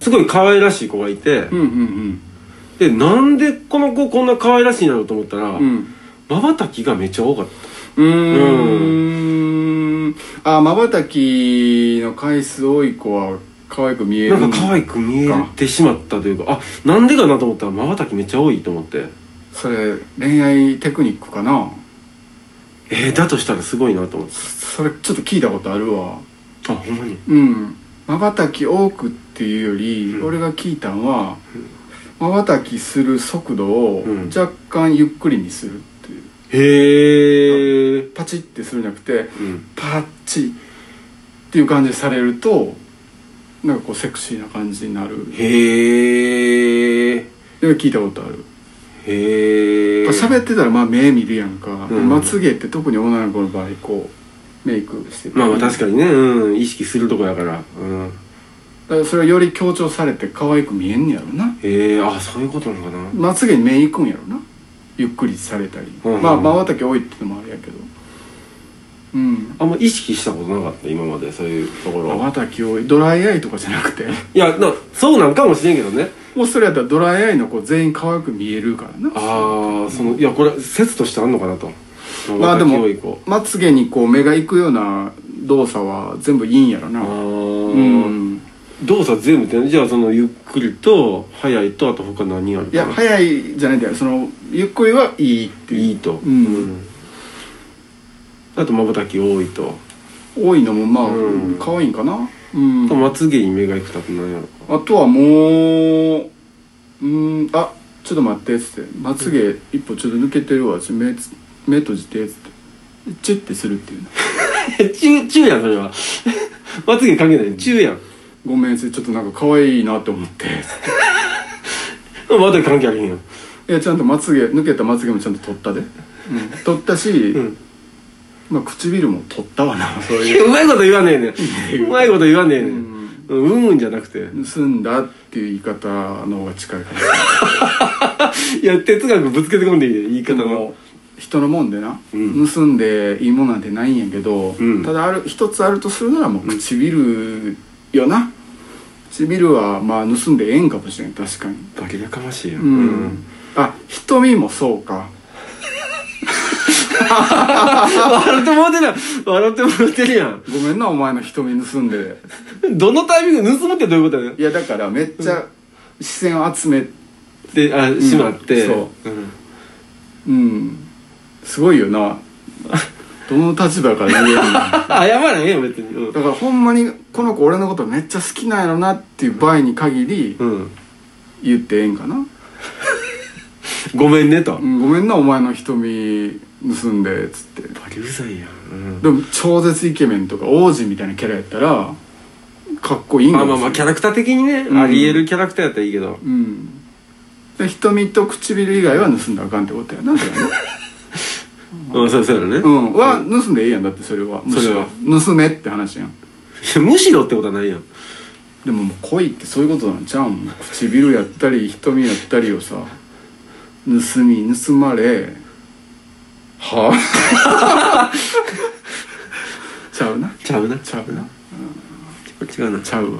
すごい可愛らしい子がいて、うんうんでなんでこの子こんな可愛らしいんだろうと思ったらうんまばたきがめっちゃ多かったうーんあまばたきの回数多い子は可愛く見えるなんか可愛く見えてしまったというかあなんでかなと思ったらまばたきめっちゃ多いと思ってそれ恋愛テクニックかなえー、だとしたらすごいなと思ってそれちょっと聞いたことあるわあほんまにうんまばたき多くっていうより、うん俺が聞いたんはまばたきする速度をうん若干ゆっくりにするっていう、へえパチってするんじゃなくてうんパチっていう感じでされるとなんかこうセクシーな感じになるへえで聞いたことあるへえやっぱ喋ってたらまあ目見るやんか、うんまつげって特に女の子の場合こうメイクしてまあまあ確かかにね、うん、意識するとこやから、うん、だからそれはより強調されて可愛く見えんねやろなええあそういうことなのかなまつげに目いくんやろなゆっくりされたり、うんまあまばたき多いってのもあれやけどうんあんま意識したことなかった今までそういうとこまろばたき多いドライアイとかじゃなくて いやなそうなんかもしれんけどねもうそれやったらドライアイの子全員可愛く見えるからなああそのいやこれ説としてあんのかなとまあでも多い子まつげにこう目がいくような動作は全部いいんやろあなあ、うん動作全部ってじゃあそのゆっくりと速いとあと他何あるいかやな早いじゃないんだよそのゆっくりはいいっていういいと、うんあとまばたき多いと、多いのもまあ、うん可愛いんかなうんあとまつげに目がいくたくなんやろかあとはもううんあちょっと待ってっつってまつげ一歩ちょっと抜けてるわちょ目つ目閉じてっつってチュッてするっていうねえ チューチューやんそれはまつげ関係ないチューやんごめんっつってちょっとなんか可愛いなって思ってまた関係ありへんよいやちゃんとまつげ抜けたまつげもちゃんと取ったで、うん、取ったし、んまあ唇も取ったわなそういいやううまいこと言わねえねんうまいこと言わねえねんんうんうんうんじゃなくて 盗んだっていう言い方の方が近いかないや哲学ぶつけてこんでいいね言いけ方のども人のもんでな、うん盗んでいいもんなんてないんやけど、うんただある一つあるとするならもう唇よな、唇はまあ盗んでええんかもしれん確かにだけやかましいやうん、あ瞳もそうか笑ってもうてるやん笑ってもうてるやんごめんなお前の瞳盗んでどのタイミングで盗むってどういうことやねいやだからめっちゃ視線を集めであしまって、うんそうんうんすごいよなどの立場から言 えるのだ謝らへんよ別にうん、からほんまにこの子俺のことめっちゃ好きなんやろなっていう場合に限りうん、言ってええんかな、ごめんねと、うんごめんなお前の瞳盗んでつってバリうざいやん、うんでも超絶イケメンとか王子みたいなキャラやったらかっこいいんまあかまあもしまあキれないャラクター的にね、うんありえるキャラクターやったらいいけどうんで瞳と唇以外は盗んだらあかんってこ とやなだからねうんそうそうやろね、ういんは盗んでええやんだってそれはそれはむしろ盗めって話やんやむしろってことはないやんでももう恋ってそういうことなんちゃうん唇やったり瞳やったりをさ盗み盗まれはあちゃうな ちゃうなちゃうな違うなちゃうわ